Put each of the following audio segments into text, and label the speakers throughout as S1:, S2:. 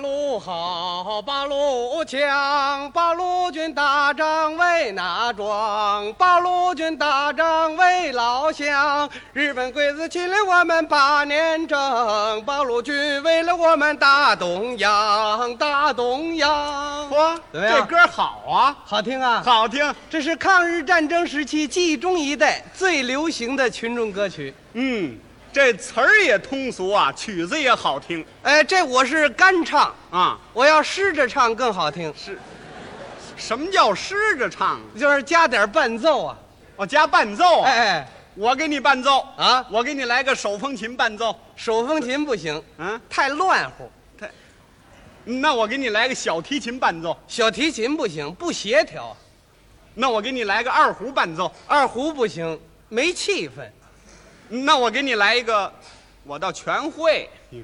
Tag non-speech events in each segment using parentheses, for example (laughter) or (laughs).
S1: 不好，八路强，八路军打仗为哪桩？八路军打仗为老乡。日本鬼子侵略我们八年整，八路军为了我们大东洋，大东洋。
S2: 嚯，
S1: 怎么样
S2: 这歌好啊，
S1: 好听啊！
S2: 好听。
S1: 这是抗日战争时期冀中一带最流行的群众歌曲。
S2: 嗯，这词儿也通俗啊，曲子也好听
S1: 哎，这我是干唱，
S2: 啊。
S1: 我要试着唱更好听，
S2: 是，什么叫诗着唱啊？
S1: 就是加点伴奏啊。
S2: 哦，加伴奏啊。
S1: 哎
S2: 我给你伴奏，
S1: 哎啊，
S2: 我给你来个手风琴伴奏。
S1: 手风琴不行，
S2: 嗯，
S1: 太乱乎；
S2: 那我给你来个小提琴伴奏，
S1: 小提琴不行，不协调；
S2: 那我给你来个二胡伴奏，
S1: 二胡不行，没气氛。
S2: 那我给你来一个，我倒全会。
S1: 嗯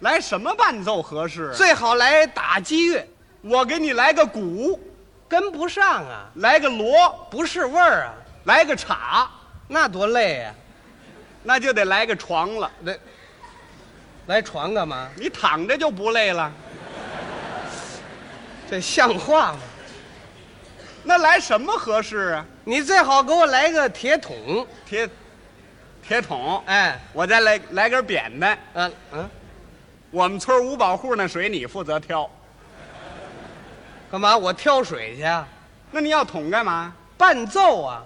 S2: 来什么伴奏合适啊？
S1: 最好来打击乐，
S2: 我给你来个鼓，
S1: 跟不上啊，
S2: 来个锣，
S1: 不是味儿啊，
S2: 来个镲，
S1: 那多累啊呀、
S2: 那就得来个床了。
S1: 来，来床干嘛？
S2: 你躺着就不累了，
S1: 这像话吗？
S2: 那来什么合适啊？
S1: 你最好给我来个铁桶，
S2: 铁，铁桶，
S1: 哎，
S2: 我再来来根扁担。
S1: 嗯、嗯，
S2: 我们村五保户那水你负责挑，
S1: 干嘛？我挑水去啊？
S2: 那你要桶干嘛？
S1: 伴奏啊，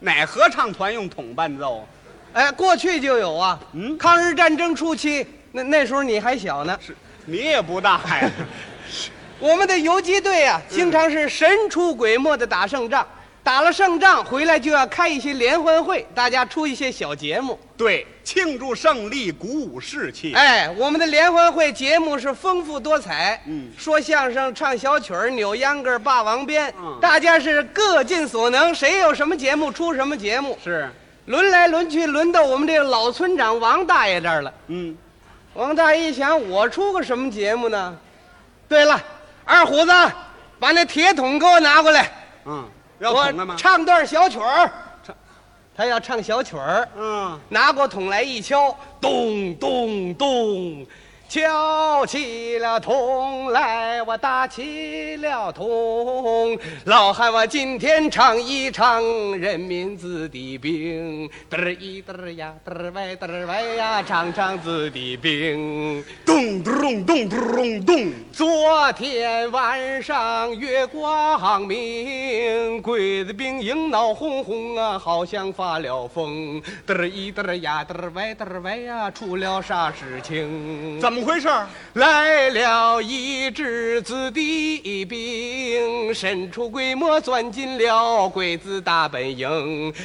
S2: 哪合唱团用桶伴奏啊？
S1: 哎，过去就有啊。
S2: 嗯
S1: 抗日战争初期，那那时候你还小呢。
S2: 是，你也不大呀。
S1: 我们的游击队啊，
S2: 嗯
S1: 经常是神出鬼没的打胜仗，打了胜仗回来就要开一些联欢会，大家出一些小节目。
S2: 对，庆祝胜利，鼓舞士气。
S1: 哎，我们的联欢会节目是丰富多彩，
S2: 嗯
S1: 说相声、唱小曲儿、扭秧歌儿、霸王鞭，
S2: 嗯
S1: 大家是各尽所能，谁有什么节目出什么节目，
S2: 是，
S1: 轮来轮去，轮到我们这个老村长王大爷这儿了。
S2: 嗯，
S1: 王大爷一想，我出个什么节目呢？对了，二虎子，把那铁桶给我拿过来，
S2: 嗯，要
S1: 我
S2: 桶干嘛？
S1: 唱段小曲儿。
S2: 唱
S1: 他要唱小曲儿，
S2: 嗯，
S1: 拿过桶来一敲，咚咚咚，敲起了桶来，我打起了桶。老汉，我今天唱一唱《人民子弟兵》，嘚儿一嘚儿呀，嘚儿歪嘚儿歪呀，唱唱子弟兵。
S2: 咚咚咚咚咚，
S1: 昨天晚上月光明，鬼子兵营闹哄哄啊，好像发了疯。嘚儿一嘚儿呀，嘚儿歪嘚儿歪呀、出了啥事情？
S2: 怎么回事？
S1: 来了一支子弟兵，神出鬼没钻进了鬼子大本营。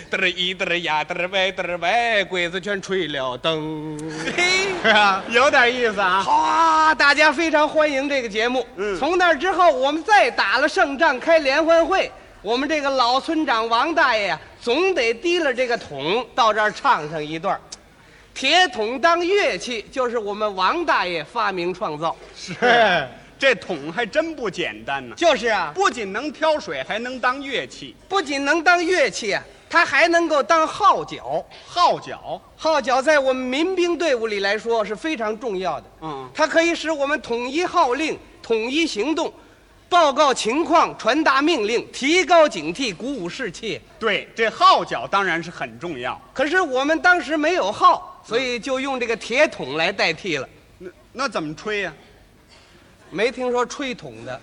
S1: 嘚儿一嘚儿呀，嘚儿歪嘚儿歪，鬼子全吹了灯。
S2: 嘿，
S1: 是啊。
S2: 有点意思
S1: (laughs)
S2: 啊。
S1: 好啊！大家非常欢迎这个节目。
S2: 嗯
S1: 从那儿之后，我们再打了胜仗，开联欢会，我们这个老村长王大爷呀、总得提了这个桶到这儿唱上一段儿。铁桶当乐器，就是我们王大爷发明创造。
S2: 是， (laughs) 这桶还真不简单呢、
S1: 就是啊，
S2: 不仅能挑水，还能当乐器，
S1: 不仅能当乐器啊，它还能够当号角。
S2: 号角。
S1: 号角在我们民兵队伍里来说是非常重要的。
S2: 嗯，
S1: 它可以使我们统一号令、统一行动，报告情况、传达命令、提高警惕、鼓舞士气。
S2: 对，这号角当然是很重要。
S1: 可是我们当时没有号，所以就用这个铁桶来代替了。
S2: 那那怎么吹呀、
S1: 没听说吹桶的，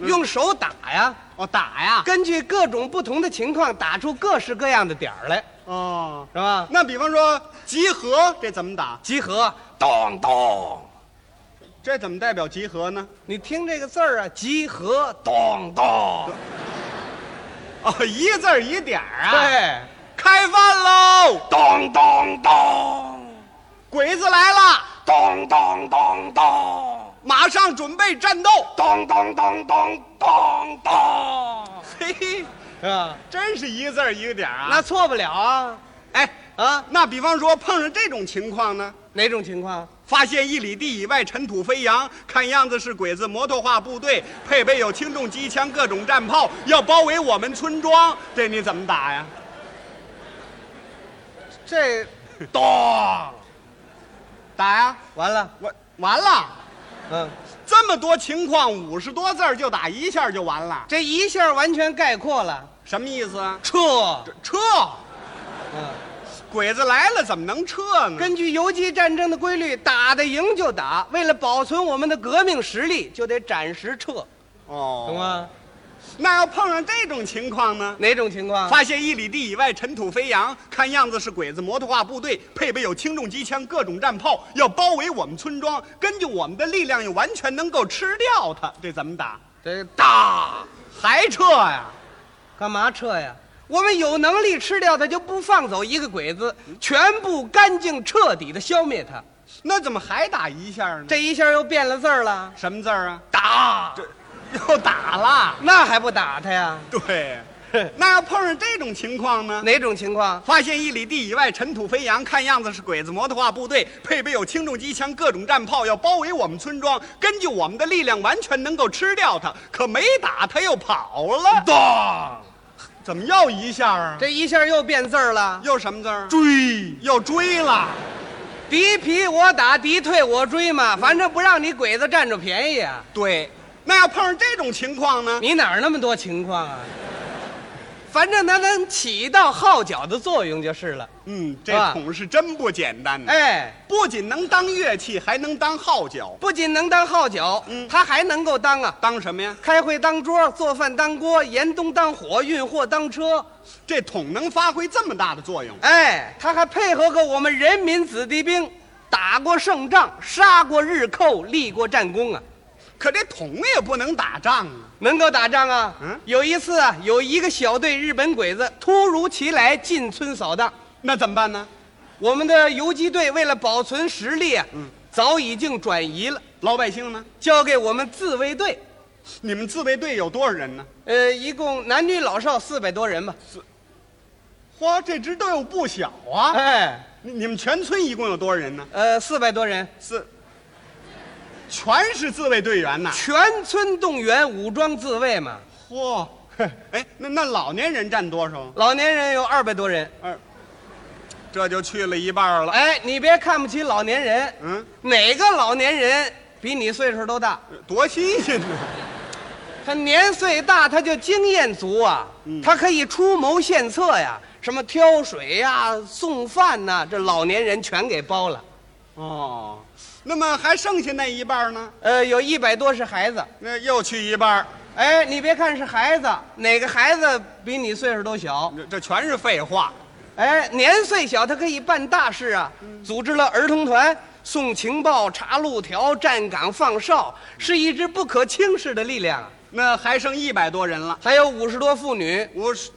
S1: 用手打呀，
S2: 哦，打呀。
S1: 根据各种不同的情况打出各式各样的点儿来，
S2: 哦，
S1: 是吧？
S2: 那比方说集合，这怎么打？
S1: 集合，咚咚，
S2: 这怎么代表集合呢？
S1: 你听这个字儿啊，集合，咚咚，
S2: 哦，一字儿一点儿啊。，
S1: 对，
S2: 开饭喽！
S1: 咚咚咚。
S2: 鬼子来了，
S1: 咚咚咚咚
S2: 马上准备战斗。 (laughs)
S1: 咚咚咚咚咚咚，
S2: 嘿嘿，
S1: 是吧？
S2: 真是一字儿一个点儿啊。
S1: 那错不了啊！
S2: 哎，
S1: 啊，
S2: 那比方说碰上这种情况呢？
S1: 哪种情况？
S2: 发现一里地以外尘土飞扬，看样子是鬼子摩托化部队，配备有轻重机枪、各种战炮，要包围我们村庄。这你怎么打呀？
S1: 这
S2: 咚！打呀！
S1: 完了
S2: 我完了，
S1: 啊！嗯，
S2: 这么多情况，五十多字儿就打一下就完了，
S1: 这一下完全概括了。
S2: 什么意思啊？
S1: 撤，
S2: 撤！
S1: 嗯，
S2: 鬼子来了怎么能撤呢？
S1: 根据游击战争的规律，打得赢就打，为了保存我们的革命实力，就得暂时撤，
S2: 哦，
S1: 懂？啊吗？
S2: 那要碰上这种情况呢？
S1: 哪种情况？
S2: 发现一里地以外尘土飞扬，看样子是鬼子摩托化部队，配备有轻重机枪、各种战炮，要包围我们村庄。根据我们的力量，也完全能够吃掉它。这怎么打？
S1: 这
S2: 打，还撤呀、
S1: 干嘛撤呀？我们有能力吃掉他，就不放走一个鬼子，全部干净彻底的消灭他。
S2: 那怎么还打一下呢？
S1: 这一下又变了字儿了，
S2: 什么字儿啊？
S1: 打，
S2: 这又打了。
S1: 那还不打他呀？
S2: 对，那要碰上这种情况呢？
S1: 哪种情况？
S2: 发现一里地以外尘土飞扬，看样子是鬼子摩托化部队，配备有轻重机枪、各种战炮，要包围我们村庄。根据我们的力量，完全能够吃掉它。可没打，它又跑了。
S1: 当，
S2: 怎么又一下啊？
S1: 这一下又变字儿了，
S2: 又什么字儿？
S1: 追，
S2: 又追了。
S1: 敌疲我打，敌退我追嘛，反正不让你鬼子占着便宜啊！
S2: 对，那要碰上这种情况呢？
S1: 你哪儿那么多情况啊？反正它能起到号角的作用就是了。
S2: 嗯，这
S1: 啊
S2: 桶是真不简单呢。
S1: 哎，
S2: 不仅能当乐器，还能当号角。
S1: 不仅能当号角，
S2: 嗯
S1: 它还能够当啊
S2: 当什么呀？
S1: 开会当桌，做饭当锅，严冬当火，运货当车。
S2: 这桶能发挥这么大的作用。
S1: 哎，他还配合过我们人民子弟兵，打过胜仗，杀过日寇，立过战功啊，
S2: 可这桶也不能打仗啊。
S1: 能够打仗啊。
S2: 嗯
S1: 有一次啊，有一个小队日本鬼子突如其来进村扫荡，
S2: 那怎么办呢？
S1: 我们的游击队为了保存实力啊，
S2: 嗯
S1: 早已经转移了，
S2: 老百姓呢？
S1: 交给我们自卫队。
S2: 你们自卫队有多少人呢？
S1: 呃，一共男女老少四百多人吧。
S2: 嚯，这支队伍不小啊！
S1: 哎，
S2: 你你们全村一共有多少人呢？
S1: 呃，四百多人，
S2: 是，全是自卫队员呐！
S1: 全村动员，武装自卫嘛。
S2: 嚯，哎，那那老年人占多少？
S1: 老年人有二百多人。
S2: 二，这就去了一半了。
S1: 哎，你别看不起老年人，
S2: 嗯，
S1: 哪个老年人比你岁数都大？
S2: 多新鲜呢！
S1: 他年岁大，他就经验足啊，他可以出谋献策呀，什么挑水呀、送饭呐、这老年人全给包了。
S2: 哦，那么还剩下那一半呢？
S1: 呃，有一百多是孩子。
S2: 那又去一半，
S1: 哎，你别看是孩子，哪个孩子比你岁数都小？
S2: 这这全是废话。
S1: 哎，年岁小，他可以办大事啊！组织了儿童团，送情报、查路条、站岗、放哨，是一支不可轻视的力量啊。
S2: 那还剩一百多人了，
S1: 还有五十多妇女。
S2: 我是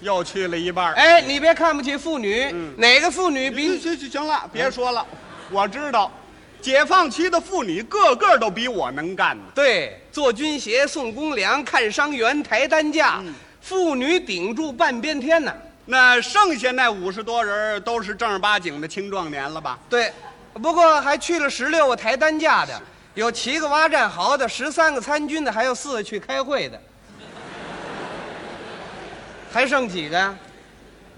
S2: 又去了一半。
S1: 哎，你别看不起妇女，哪个妇女
S2: 行
S1: 比
S2: 行行，行了，别说了，我知道，解放区的妇女个个都比我能干呢。
S1: 对做军鞋、送公粮、看伤员、抬担架，妇女顶住半边天呐。
S2: 那剩下那五十多人儿都是正儿八经的青壮年了吧？
S1: 对，不过还去了十六个抬担架的，有七个挖战壕的，十三个参军的，还有四个去开会的，还剩几个呀？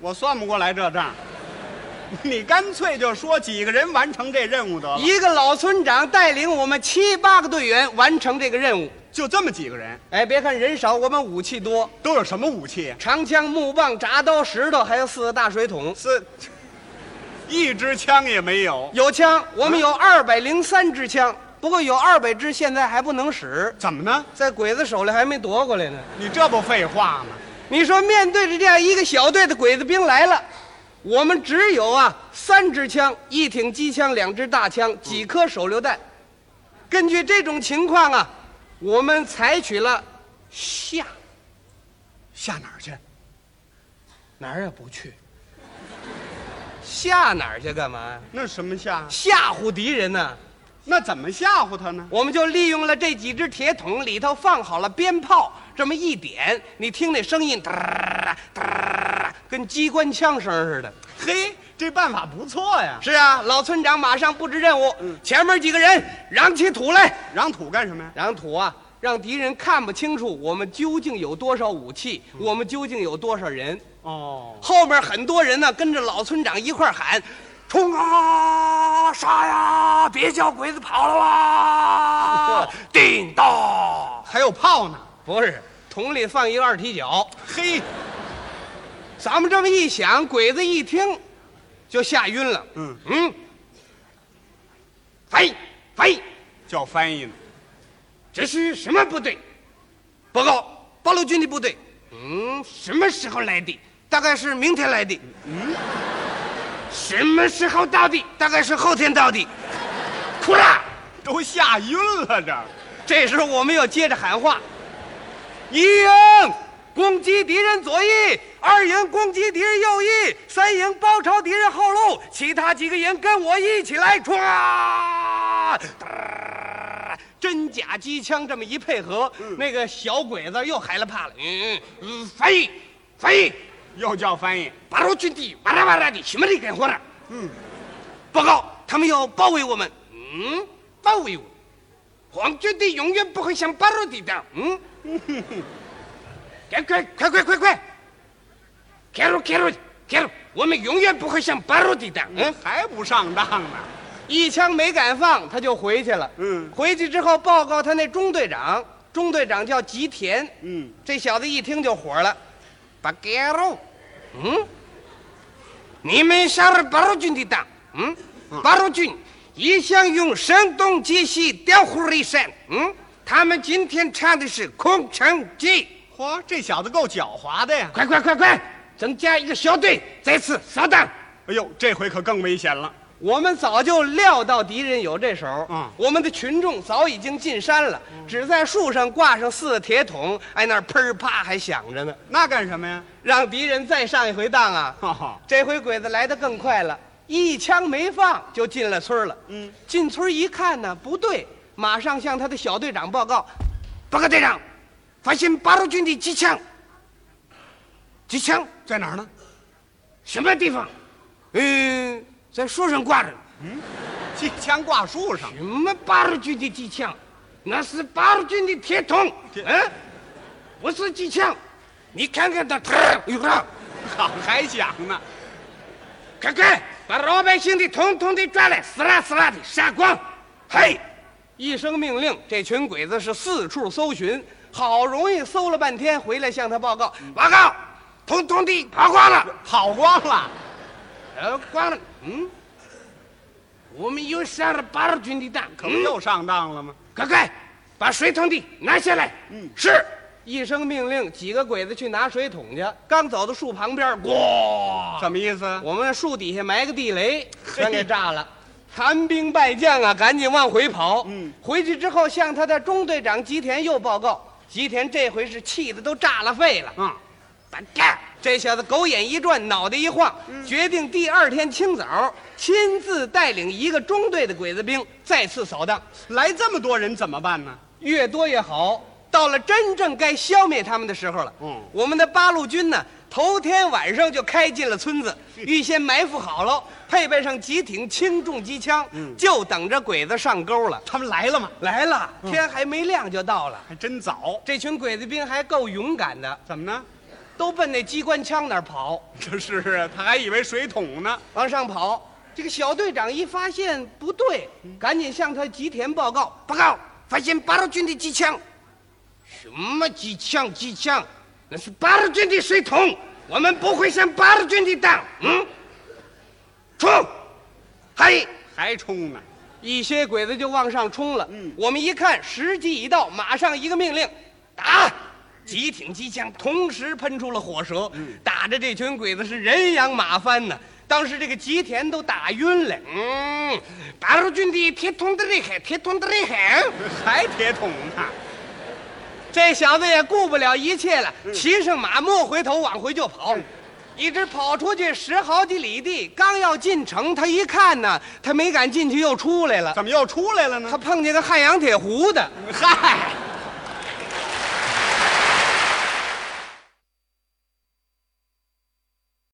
S2: 我算不过来这账， (laughs) 你干脆就说几个人完成这任务得了，
S1: 一个老村长带领我们七八个队员完成这个任务。
S2: 就这么几个人，
S1: 哎，别看人少，我们武器多，
S2: 都有什么武器？
S1: 长枪、木棒、铡刀、石头，还有四个大水桶。
S2: 是， (laughs) 一支枪也没有，
S1: 有枪，我们有二百零三支枪，不过有二百支现在还不能使，
S2: 怎么呢？
S1: 在鬼子手里还没夺过来呢。
S2: 你这不废话吗？
S1: 你说，面对着这样一个小队的鬼子兵来了，我们只有啊三支枪、一挺机枪、两支大枪、几颗手榴弹。根据这种情况啊，我们采取了下
S2: 下哪儿去？
S1: 哪儿也不去，下哪儿去干嘛呀？
S2: 那什么下？
S1: 吓唬敌人呢、
S2: 那怎么吓唬他呢？
S1: 我们就利用了这几只铁桶，里头放好了鞭炮，这么一点，你听那声音，嘚儿嘚儿跟机关枪声似的。
S2: 嘿，这办法不错呀。
S1: 是啊，老村长马上布置任务，前面几个人嚷起土来，
S2: 嚷土干什么呀？
S1: 嚷土啊，让敌人看不清楚我们究竟有多少武器，我们究竟有多少人。
S2: 哦，
S1: 后面很多人呢跟着老村长一块儿喊：“冲啊，杀呀，别叫鬼子跑了啊！” (laughs)
S2: 还有炮呢。
S1: 不是，桶里放一个二踢脚。
S2: 嘿，
S1: 咱们这么一想，鬼子一听就吓晕了。
S2: 嗯
S1: 嗯，哎哎，
S2: 叫翻译呢。
S1: 这是什么部队？报告，八路军的部队。嗯，什么时候来的？大概是明天来的。嗯，什么时候到的？大概是后天到的。哭了。
S2: 都吓晕了这。
S1: 这时候我们要接着喊话：一营攻击敌人左翼，二营攻击敌人右翼，三营包抄敌人后路，其他几个营跟我一起来冲啊！哒真假机枪这么一配合，那个小鬼子又害了怕了。嗯嗯，翻译，翻译，
S2: 又叫翻译，
S1: 八路军的哇啦哇啦的，什么的干活呢？嗯，报告，他们要包围我们。嗯，包围我们，皇军的永远不会像八路的的。嗯，快快快快快快，开路开路开路，我们永远不会像八路的的。嗯，
S2: 还不上当呢。
S1: 一枪没敢放，他就回去了。
S2: 嗯
S1: 回去之后报告他那中队长，中队长叫吉田。
S2: 嗯，
S1: 这小子一听就火了，巴盖喽，嗯，你们杀了八路军的党，嗯，八路军一向用声东击西、调虎离山，嗯，他们今天唱的是空城计，
S2: 嚯，这小子够狡猾的呀！
S1: 快快快快，增加一个小队，再次扫荡。
S2: 哎呦，这回可更危险了。
S1: 我们早就料到敌人有这手，
S2: 嗯
S1: 我们的群众早已经进山了，只在树上挂上四个铁桶，哎，那儿砰儿啪还响着呢，
S2: 那干什么呀？
S1: 让敌人再上一回当啊！
S2: 哈哈，
S1: 这回鬼子来得更快了，一枪没放就进了村了。
S2: 嗯，
S1: 进村一看呢，不对，马上向他的小队长报告：“报告队长，发现八路军的机枪。机枪
S2: 在哪儿呢？
S1: 什么地方？嗯，在树上挂着。
S2: 机枪挂树上。
S1: 什么八路军的机枪？那是八路军的铁桶。
S2: 铁
S1: 嗯，不是机枪。你看看他， (laughs) 哎呦呵，
S2: 好，还想呢？
S1: 快快把老百姓的统统的抓来，死啦死啦的杀光！嘿，一声命令，这群鬼子是四处搜寻，好容易搜了半天，回来向他报告：报告，统统的跑光了，
S2: 跑光了。
S1: 跑呃光了。嗯，我们又上了八路军的当，
S2: 可不又上当了吗？
S1: 快快把水桶的拿下来。嗯，是。一声命令，几个鬼子去拿水桶去。刚走到树旁边，咣！
S2: 什么意思？
S1: 我们树底下埋个地雷， (laughs) 全给炸了。残兵败将啊，赶紧往回跑。
S2: 嗯，
S1: 回去之后向他的中队长吉田又报告，吉田这回是气得都炸了肺了。
S2: 啊，
S1: 板干！这小子狗眼一转，脑袋一晃，决定第二天清早亲自带领一个中队的鬼子兵再次扫荡，
S2: 来这么多人怎么办呢？
S1: 越多越好。到了真正该消灭他们的时候了。
S2: 嗯
S1: 我们的八路军呢，头天晚上就开进了村子，预先埋伏好了，配备上几挺轻重机枪，就等着鬼子上钩了。
S2: 他们来了吗？
S1: 来了，天还没亮就到了。
S2: 还真早。
S1: 这群鬼子兵还够勇敢的，
S2: 怎么呢？
S1: 都奔那机关枪那儿跑，
S2: 这是啊，他还以为水桶呢。
S1: 往上跑。这个小队长一发现不对，赶紧向他吉田报告：报告，发现八路军的机枪。什么机枪？机枪？那是八路军的水桶，我们不会上八路军的当。嗯，冲！嘿，
S2: 还冲呢。
S1: 一些鬼子就往上冲了。
S2: 嗯
S1: 我们一看时机已到，马上一个命令，打！几挺机枪同时喷出了火舌，打着这群鬼子是人仰马翻呐。当时这个吉田都打晕了。嗯，八路军的铁桶的厉害，铁桶的厉害。
S2: 还铁桶呢。
S1: 这小子也顾不了一切了，骑上马，莫回头，往回就跑。一直跑出去十好几里地，刚要进城，他一看呢，他没敢进去，又出来了。
S2: 怎么又出来了呢
S1: 他？碰见个汉阳铁壶的，
S2: 嗨，